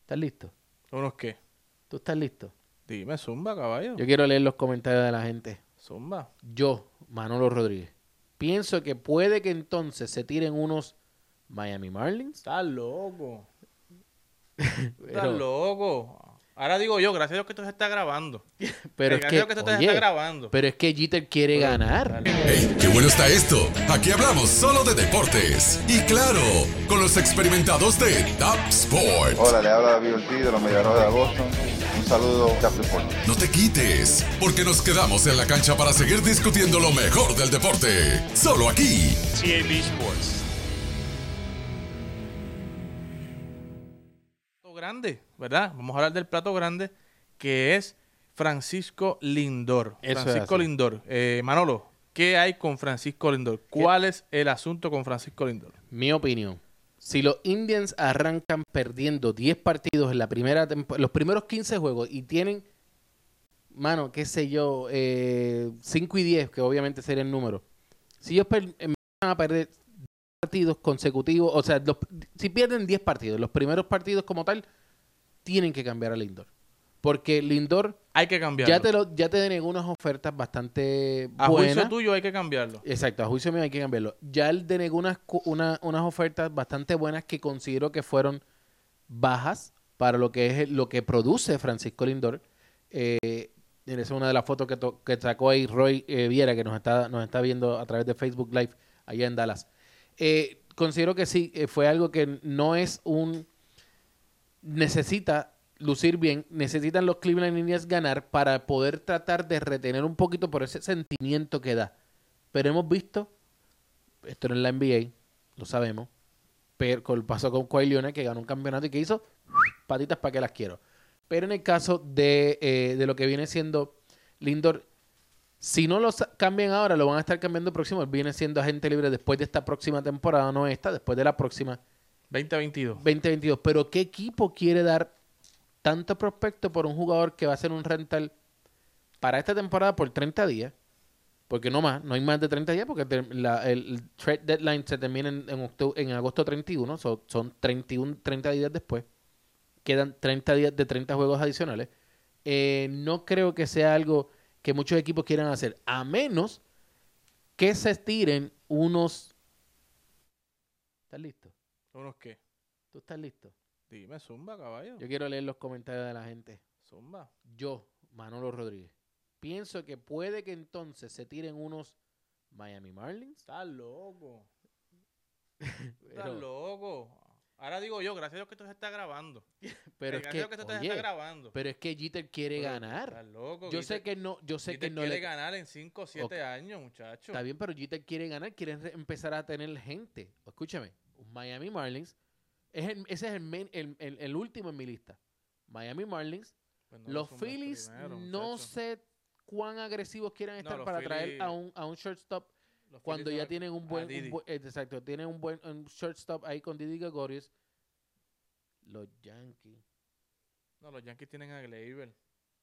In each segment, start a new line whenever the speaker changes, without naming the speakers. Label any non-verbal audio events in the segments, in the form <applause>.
¿Estás listo?
¿Unos qué?
¿Tú estás listo?
Dime, Zumba, caballo.
Yo quiero leer los comentarios de la gente.
Zumba.
Yo, Manolo Rodríguez, pienso que puede que entonces se tiren unos Miami Marlins.
Estás loco. Estás
Pero-
loco. Ahora digo yo, gracias a Dios que esto se está grabando.
Pero es
gracias
que,
a Dios que esto se
oye,
está grabando.
pero es que Jeter quiere ganar.
¡Ey, qué bueno está esto! Aquí hablamos solo de deportes. Y claro, con los experimentados de Top Sports.
Hola, le habla David Ortiz de los Mediarrojas de Boston. Un saludo, Capricornio.
No te quites, porque nos quedamos en la cancha para seguir discutiendo lo mejor del deporte. Solo aquí,
CAB Sports.
plato grande, ¿verdad? Vamos a hablar del plato grande que es Francisco Lindor.
Eso es
Francisco
así.
Lindor. Eh, Manolo, ¿qué hay con Francisco Lindor? ¿Cuál es el asunto con Francisco Lindor?
Mi opinión. Si los Indians arrancan perdiendo 10 partidos en la primera tempo- los primeros 15 juegos y tienen, mano, qué sé yo, eh, 5 y 10, que obviamente sería el número. Si ellos per- empiezan a perder partidos consecutivos, o sea, los- si pierden 10 partidos, los primeros partidos como tal, tienen que cambiar a Lindor. Porque Lindor
Hay que cambiarlo.
ya te, lo, ya te denegó unas ofertas bastante
a
buenas.
juicio tuyo hay que cambiarlo.
Exacto, a juicio mío hay que cambiarlo. Ya él denegó unas, cu- una- unas ofertas bastante buenas que considero que fueron bajas para lo que es el- lo que produce Francisco Lindor. Eh, esa es una de las fotos que, to- que sacó ahí Roy eh, Viera, que nos está, nos está viendo a través de Facebook Live allá en Dallas. Eh, considero que sí, eh, fue algo que no es un... Necesita lucir bien, necesitan los Cleveland Indians ganar para poder tratar de retener un poquito por ese sentimiento que da. Pero hemos visto, esto no es la NBA, lo sabemos, pero con- pasó con Kawhi Leonard que ganó un campeonato y que hizo patitas para que las quiero. Pero en el caso de, eh, de lo que viene siendo Lindor, si no lo sa- cambian ahora, lo van a estar cambiando próximo. Él viene siendo agente libre después de esta próxima temporada, no esta, después de la próxima
2022.
2022. Pero ¿qué equipo quiere dar tanto prospecto por un jugador que va a ser un rental para esta temporada por 30 días? Porque no más, no hay más de 30 días porque ter- la- el trade deadline se termina en, en octu- en agosto 31, so- son 31, 30 días después. Quedan 30 días de 30 juegos adicionales. Eh, no creo que sea algo que muchos equipos quieran hacer, a menos que se estiren unos... ¿Estás listo?
¿Unos qué?
¿Tú estás listo?
Dime, Zumba, caballo.
Yo quiero leer los comentarios de la gente.
Zumba.
Yo, Manolo Rodríguez, pienso que puede que entonces se tiren unos Miami Marlins.
Estás loco. Estás
Pero,
loco. Ahora digo yo, gracias a Dios que esto se está grabando.
pero es
gracias
que,
a Dios que esto se
oye,
está grabando.
pero es que Jeter quiere
Pero,
ganar.
Estás loco.
Yo
Guite-
sé que no, yo sé
Guite
que no
quiere
le
ganar en 5 o 7
Ok.
años, muchacho.
Está bien, pero Jeter quiere ganar, quiere re- empezar a tener gente. Escúchame, un Miami Marlins, es el- ese es el, men- el- el- el último en mi lista. Miami Marlins,
Pues no lo
los
zumbes
Phillies,
primero,
no
muchacho.
sé cuán agresivos quieran
No,
estar
los
para traer a
Phillies-
un, a un shortstop
Los
cuando
Phillies
ya
no-
tienen un
a
buen, un
Didi.
buen- eh, exacto, tienen un buen un shortstop ahí con Didi Gregorius. Los Yankees.
No, los Yankees tienen a Gleyber.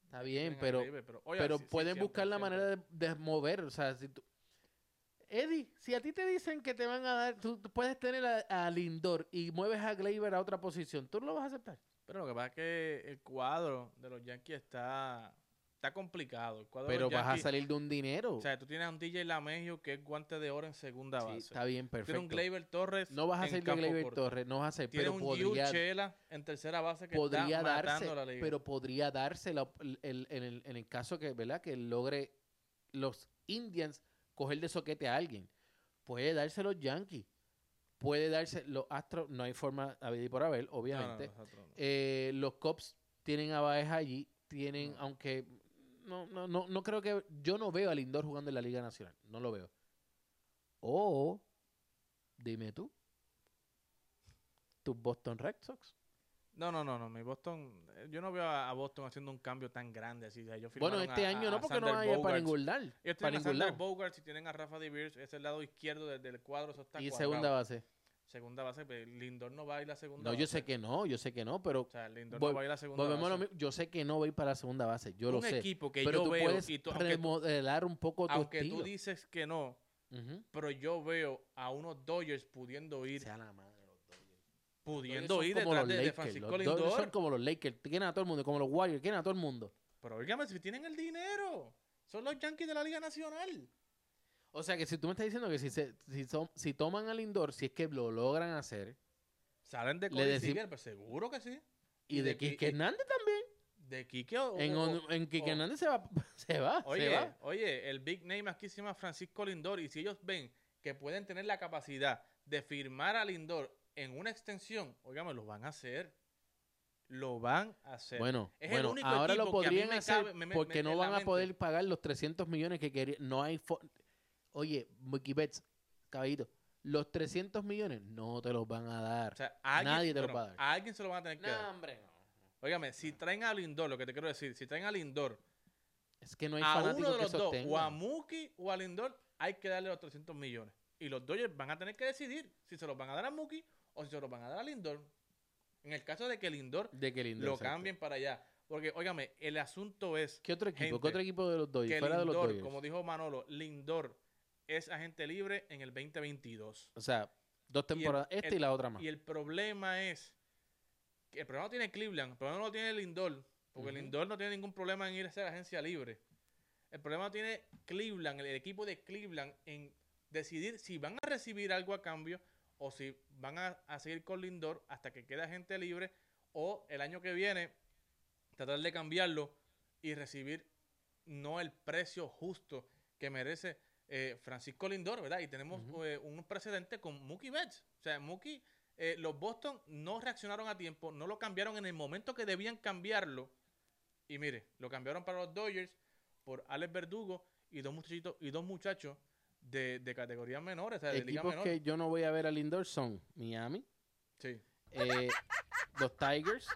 Está bien,
tienen a
pero,
Gleyber, pero, oye,
pero
sí, sí,
pueden
siempre,
buscar la
siempre.
manera de, de mover. O sea, si tú... Eddie, si a ti te dicen que te van a dar, tú, tú puedes tener a, a Lindor y mueves a Gleyber a otra posición, ¿tú no lo vas a aceptar?
Pero lo que pasa es que el cuadro de los Yankees está, está complicado. El cuadro de
Pero
los
vas a
Yankees-
salir de un dinero.
O sea, tú tienes a un DJ Lamegio que es guante de oro en segunda
Sí,
base.
está bien,
Tienes un
perfecto.
Gleyber Torres.
No vas a
en
ser de
campo
Gleyber
corto.
Torres, no vas a ser,
Tienes
pero
un
podría,
Yu Chela en tercera base que
podría
está
darse,
matando la liga.
pero podría darse la op- el- el- en, el, en el caso que, ¿verdad? Que logre los Indians coger de soquete a alguien. Puede darse los Yankees. Puede darse los Astros. No hay forma a y por haber,
No, no, no,
obviamente.
nosotros no.
Eh, los Cops tienen a Baez allí. Tienen,
No.
aunque no, no, no, no creo que. Yo no veo a Lindor jugando en la Liga Nacional. No lo veo. O, dime tú, tus Boston Red Sox.
No, no, no, no, mi Boston, eh, yo no veo a a Boston haciendo un cambio tan grande así. o sea, ellos
Bueno,
firmaron
este
a-
año
a
no, porque no
Xander
vaya para
Bogaerts.
ningún lado.
Ellos
Para
tienen a
ningún
Sander
lado.
Bogarts y tienen a Rafa de Beers, es el lado izquierdo del, del cuadro, eso está
Y
cuadrado.
segunda base.
Segunda base, pues, Lindor no va a ir la segunda
No, yo sé
base.
que no, yo sé que no, pero
O sea, Lindor
Vol-
no va a ir la segunda
volvemos a lo
base.
mismo. Yo sé que no voy para la segunda base, yo lo
un
sé.
equipo que
Pero
yo
tú
veo,
puedes
y tú- aunque, tú,
remodelar un poco tu
aunque tú
estilo.
dices que no,
Ujú.
pero yo veo a unos Dodgers pudiendo ir
Sea la madre los Dodgers.
pudiendo
Ellos
ir
son como
detrás
los
de, de
Lakers.
Francisco
los Dodgers
Lindor.
son como los Lakers. Tienen a todo el mundo. Como los Warriors. Tienen a todo el mundo.
Pero óigame, si tienen el dinero. Son los Yankees de la Liga Nacional.
O sea que si tú me estás diciendo que si, se- si, son- si toman al Lindor, si es que lo logran hacer.
Salen de
Le
Cody
decim-
Seager, pues seguro que sí.
Y, de,
Qui-
Quique Hernández también.
De Quique o-
en,
o-
on- en Quique
o-
Hernández se va. <laughs> Se va. se
Oye,
va.
oye, el big name aquí se llama Francisco Lindor y si ellos ven que pueden tener la capacidad de firmar a Lindor en una extensión, oígame, lo van a hacer. Lo van a hacer.
Bueno,
Es el
bueno
único
ahora
equipo
lo
que a mí
podrían
me
hacer
cabe- me- me-
porque
me-
no
en la
van a
mente.
poder pagar los 300 millones que querían. No hay. fo- Oye, Mookie Betts, caballito, los 300 millones no te los van a dar.
O sea, a alguien-
Nadie te los
bueno,
va a dar.
A alguien se lo van a tener que
No,
dar.
hombre, no.
Óigame, si traen a Lindor, lo que te quiero decir, si traen a Lindor,
Es que no hay
a
fanático
uno de
que
los dos,
sostenga.
o a Muki o a Lindor, hay que darle los 300 millones. Y los Dodgers van a tener que decidir si se los van a dar a Muki o si se los van a dar a Lindor. En el caso de que Lindor,
De que Lindor,
lo
exacto.
cambien para allá. Porque, óigame, el asunto es...
¿Qué otro equipo?
gente,
¿Qué otro equipo de los Dodgers?
que
Fuera de los
Lindor,
Dodgers.
como dijo Manolo, Lindor es agente libre en el 2022.
O sea, dos
Y el-
temporadas, esta
el-
y la otra más.
Y el problema es que el problema no tiene Cleveland, el problema no lo tiene Lindor, porque Lindor no tiene ningún problema en ir a ser agencia libre. El problema lo tiene Cleveland, el, el equipo de Cleveland, en decidir si van a recibir algo a cambio o si van a, a seguir con Lindor hasta que quede agente libre o el año que viene tratar de cambiarlo y recibir no el precio justo que merece eh, Francisco Lindor, ¿verdad? Y tenemos eh, un precedente con Mookie Betts. O sea, Mookie, eh, los Boston no reaccionaron a tiempo, no lo cambiaron en el momento que debían cambiarlo. Y mire, lo cambiaron para los Dodgers por Alex Verdugo y dos muchachitos y dos muchachos de, de categorías menores, o sea, de liga
Equipos
menor.
que yo no voy a ver a Lindor son Miami,
Sí, <laughs>
eh, los Tigers,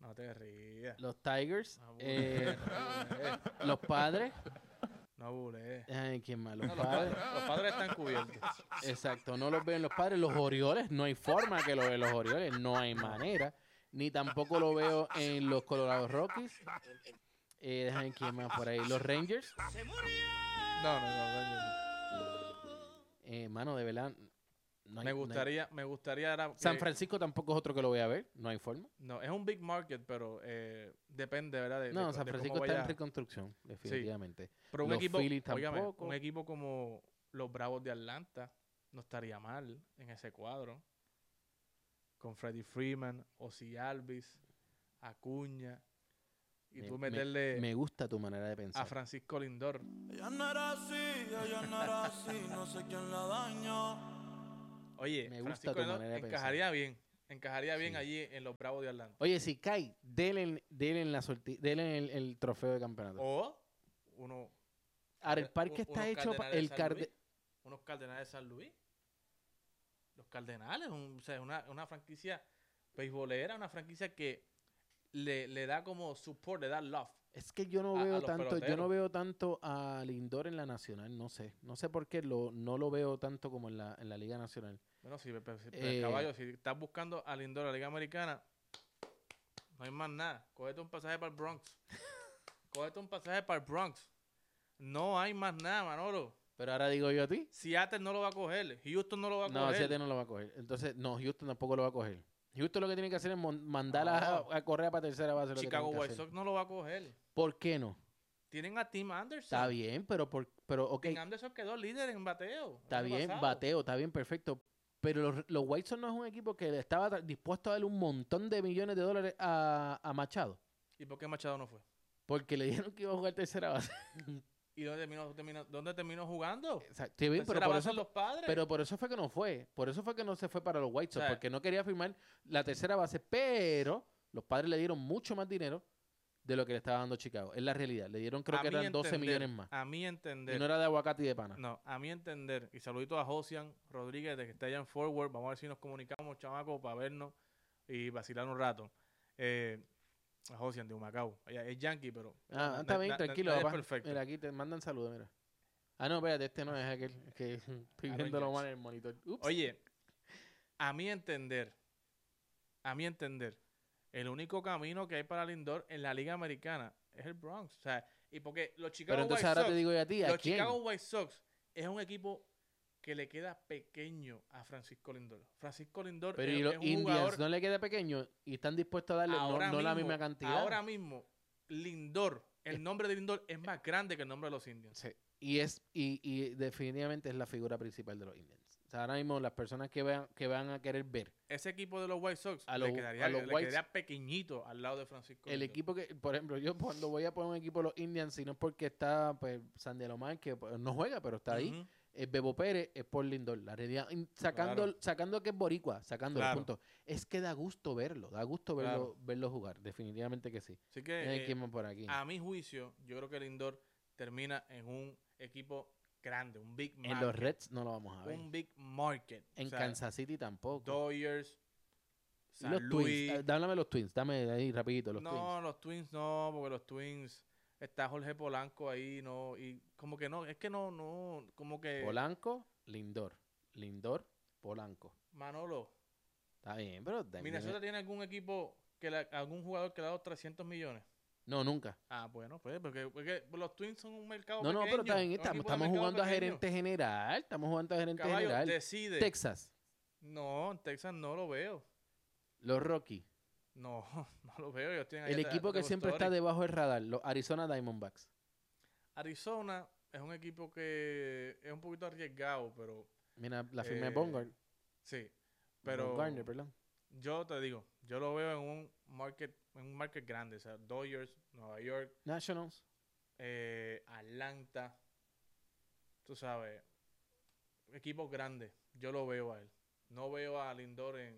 no te rías.
los Tigers,
No
eh,
bulees, no bulees,
los padres.
no bulees.
Ay, ¿quién más? Los
No, los, padres,
padres.
los padres están
<laughs>
cubiertos.
Exacto, no los veo en los padres. Los Orioles, no hay forma que lo vean los Orioles, no hay manera. Ni tampoco lo veo en los Colorado Rockies. Eh, déjame quién más por ahí. Los Rangers.
No, no, no, no, no.
Eh, mano, de verdad. no hay- no
me
hay-
gustaría, me gustaría ahora que-
San Francisco tampoco es otro que lo voy a ver, no hay forma.
No, es un big market, pero eh, depende, ¿verdad? De, de
No,
co-
San
de cómo
Francisco está
vaya.
en reconstrucción, definitivamente.
Pero un
Los
equipo,
Phillies
óigame,
tampoco.
un equipo como los Bravos de Atlanta no estaría mal en ese cuadro. Con Freddie Freeman, Ozzy Alvis, Acuña y
Me-
tú
me-
meterle
Me, gusta tu manera de
a
pensar.
Francisco Lindor.
Ella no era así, ella no era así, no sé quién la dañó.
Oye,
Me gusta
Francisco
tu
Lindor
manera de
encajaría bien, encajaría bien allí en los Bravos de Atlanta.
Oye, si cae, denle, denle la sorti- denle el, el trofeo de campeonato.
O uno
Ahora, el parque
Un- Eh, unos
está hecho para
Cardenales de
el
San
carde-
Luis. Unos Cardenales de San Luis. Los Cardenales, un- o sea, es una, una franquicia beisbolera, una franquicia que le, le da como support, le da love.
Es que yo no
a- a
veo
los
tanto, yo
peloteros.
no veo tanto a Lindor en la nacional, no sé, no sé por qué lo, no lo veo tanto como en la, en la liga nacional.
Bueno, si, pero- si- pero
Eh.
caballo, si estás buscando al Lindor, a la Liga Americana, no hay más nada. Cógete un pasaje para
<laughs>
el Bronx. Cógete un pasaje para el Bronx. No hay más nada, Manolo.
Pero ahora digo yo a ti,
Seattle no lo va a coger. Houston no lo va a
no,
coger.
Siete no lo va a coger. Entonces, no, Houston tampoco lo va a coger. Houston lo que tiene que hacer es mon- mandar a-
No.
a, Correa para tercera base. lo que
Ah. Chicago
tienen que
White
hacer.
Sox no lo va a coger.
¿Por qué no?
Tienen a Tim Anderson.
Está bien, pero por, pero ok,
Tim Anderson quedó líder en bateo.
está
el año
bien,
pasado.
bateo, está bien, perfecto. Pero los, los White Sox no es un equipo que le estaba tra- dispuesto a darle un montón de millones de dólares a, a Machado.
¿Y por qué Machado no fue?
Porque le dijeron que iba a jugar tercera <laughs> base.
¿Y dónde terminó, terminó- dónde terminó jugando?
O sea, está bien, pero
Tercera
por
base
eso,
en los padres.
pero por eso fue que no fue. Por eso fue que no se fue para los White Sox,
O sea,
porque no quería firmar la tercera base, pero los padres le dieron mucho más dinero de lo que le estaba dando Chicago. Es la realidad. Le dieron creo
A
que
mi
eran 12
entender,
millones más.
A mi entender.
Y no era de aguacate y de pana.
No, a mi entender, y saludito a Josian Rodríguez de que está allá en Forward, vamos a ver si nos comunicamos, chamaco, para vernos y vacilar un rato. Eh, a Josian de Humacao, Ella es yankee, pero...
Ah,
na-
está bien,
na-
tranquilo,
na- nadie
papá.
es perfecto.
Mira, aquí te mandan saludos, mira. Ah, no, espérate, este no es aquel. es que <laughs> estoy
Aaron
viéndolo
Judge.
mal en el monitor. Ups.
Oye, a mi entender, a mi entender, el único camino que hay para Lindor en la Liga Americana es el Bronx. O sea, y porque los Chicago
Pero entonces
White
ahora
Sox-
te digo yo a ti, ¿a
los
quién?
Chicago White Sox es un equipo que le queda pequeño a Francisco Lindor. Francisco Lindor
Pero
es,
y los
es un jugador
Indians no le queda pequeño y están dispuestos a darle no-
ahora
no, la
mismo-
misma cantidad. Eh.
Ahora mismo, Lindor, el nombre de Lindor es más grande que el nombre de los Indians.
Sí. Y es y, y definitivamente es la figura principal de los Indians. O sea, ahora mismo las personas que vean que van a querer ver
Ese equipo de los White Sox
A
le,
los-
quedaría,
a los
le
White
quedaría pequeñito al lado de Francisco
el
Lindor.
equipo que, por ejemplo, yo cuando voy a poner un equipo de los Indians, si no es porque está pues Sandy Alomar, que pues, no juega, pero está ahí,
Ujú.
es Bebo Pérez, es por Lindor. La realidad, in- sacando,
Claro.
sacando que es boricua, sacando el
Claro.
punto. Es que da gusto verlo, da gusto verlo,
Claro.
verlo jugar, definitivamente que sí.
Así que,
Miren
eh,
quién va por aquí.
a mi juicio, yo creo que Lindor termina en un equipo grande, un big
en los
market.
Reds no lo vamos a ver.
un big market.
en
O sea,
Kansas City tampoco.
Dodgers, San
los
Luis.
Twins, eh, háblame los Twins, dame ahí rapidito los
no,
Twins.
los Twins no, porque los Twins está Jorge Polanco ahí, no, y como que no, es que no, no, como que
Polanco, Lindor. Lindor, Polanco.
Manolo,
Está bien, pero... dame-
Minnesota tiene algún equipo que le- algún jugador que le ha dado 300 millones.
No, nunca.
Ah, bueno, pues porque, porque los Twins son un mercado
No, no, pero
pequeño,
también
un
estamos,
equipo de
estamos
mercado
jugando a
pequeño.
gerente general. Estamos jugando a gerente
Caballo, este.
general.
decide.
Texas,
No, en Texas no lo veo.
los Rockies.
No, <laughs> no lo veo. ellos tienen ahí
El
a- a
equipo que
Trevor
siempre está
Story.
debajo del radar, los Arizona Diamondbacks.
Arizona es un equipo que es un poquito arriesgado, pero
Mira, la firma
Eh,
de Bongard.
sí. Pero
Garner, perdón.
yo te digo, yo lo veo en un market, en un market grande, o sea, Dodgers, Nueva York,
Nationals.
eh, Atlanta, tú sabes, equipos grandes. Yo lo veo a él. No veo a Lindor en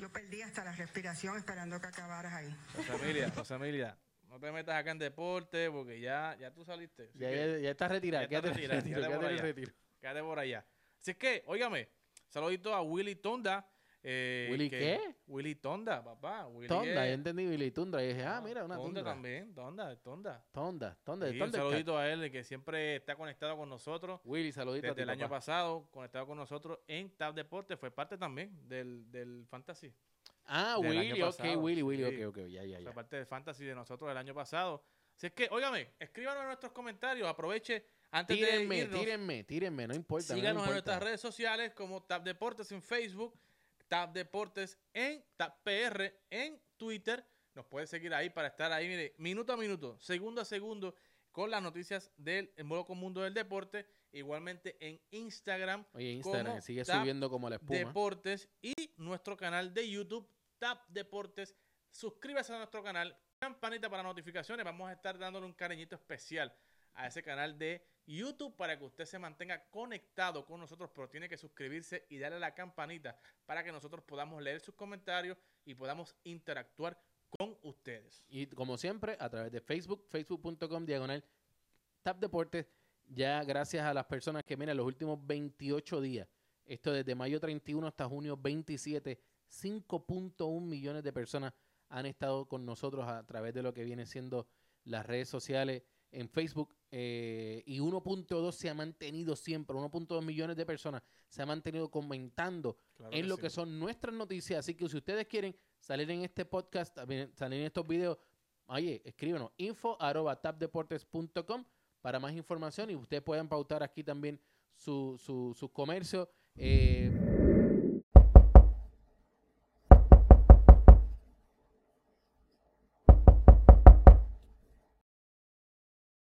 Yo perdí hasta la respiración esperando que acabaras ahí.
Rosa <laughs> Emilia, Rosa Emilia, No te metas acá en deporte porque ya, ya tú saliste. así
Ya,
que-
ya, <laughs> ya está retirado.
ya está
Quédate en el
retirado,
retiro,
quédate por
quédate en el
allá.
retiro.
Quédate por allá. Así es que, óigame, saludito a Willy Tonda. eh,
¿Willy
que-
qué?
Willy Tonda, papá. Willy
Tonda,
es-
yo entendí Billy Tundra. Y dije, ah,
no,
mira, una
Tonda.
Tundra.
también, Tonda, Tonda.
Tonda, Tonda,
Sí, un
Tonda.
saludito a él que siempre está conectado con nosotros.
Willy, saludito a
Desde
ti,
el año
papá.
pasado, conectado con nosotros en Tab Deporte, fue parte también del, del Fantasy.
Ah,
del año
Willy, ok,
pasado,
Willy, Willy,
sí.
ok, ok, ya, ya,
Fue
ya.
parte del Fantasy de nosotros el año pasado. Así es que, óigame, escríbanos en nuestros comentarios. Aproveche antes de
Tírenme,
irnos.
tírenme, tírenme, no importa. no
Síganos en
importa.
nuestras redes sociales como Tap Deportes en Facebook, Tap Deportes en Tap PR en Twitter. Nos puedes seguir ahí para estar ahí, mire, minuto a minuto, segundo a segundo, con las noticias del loco mundo del deporte. Igualmente en Instagram,
Oye, Instagram
como
que sigue
Tap
subiendo como la espuma.
Deportes y nuestro canal de YouTube, Tap Deportes. Suscríbase a nuestro canal, campanita para notificaciones. Vamos a estar dándole un cariñito especial a ese canal de YouTube para que usted se mantenga conectado con nosotros, pero tiene que suscribirse y darle a la campanita para que nosotros podamos leer sus comentarios y podamos interactuar con ustedes.
Y como siempre, a través de Facebook, facebook.com diagonal Tap Deportes. Ya gracias a las personas que, mira, los últimos 28 días, esto desde mayo 31 hasta junio 27, 5.1 millones de personas han estado con nosotros a través de lo que viene siendo las redes sociales en Facebook. eh, y 1.2 se ha mantenido siempre, 1.2 millones de personas se ha mantenido comentando en lo que son nuestras noticias. Así que si ustedes quieren salir en este podcast, también salir en estos videos, oye, escríbanos info arroba tapdeportes.com para más información y ustedes pueden pautar aquí también su, su, sus comercios. Eh,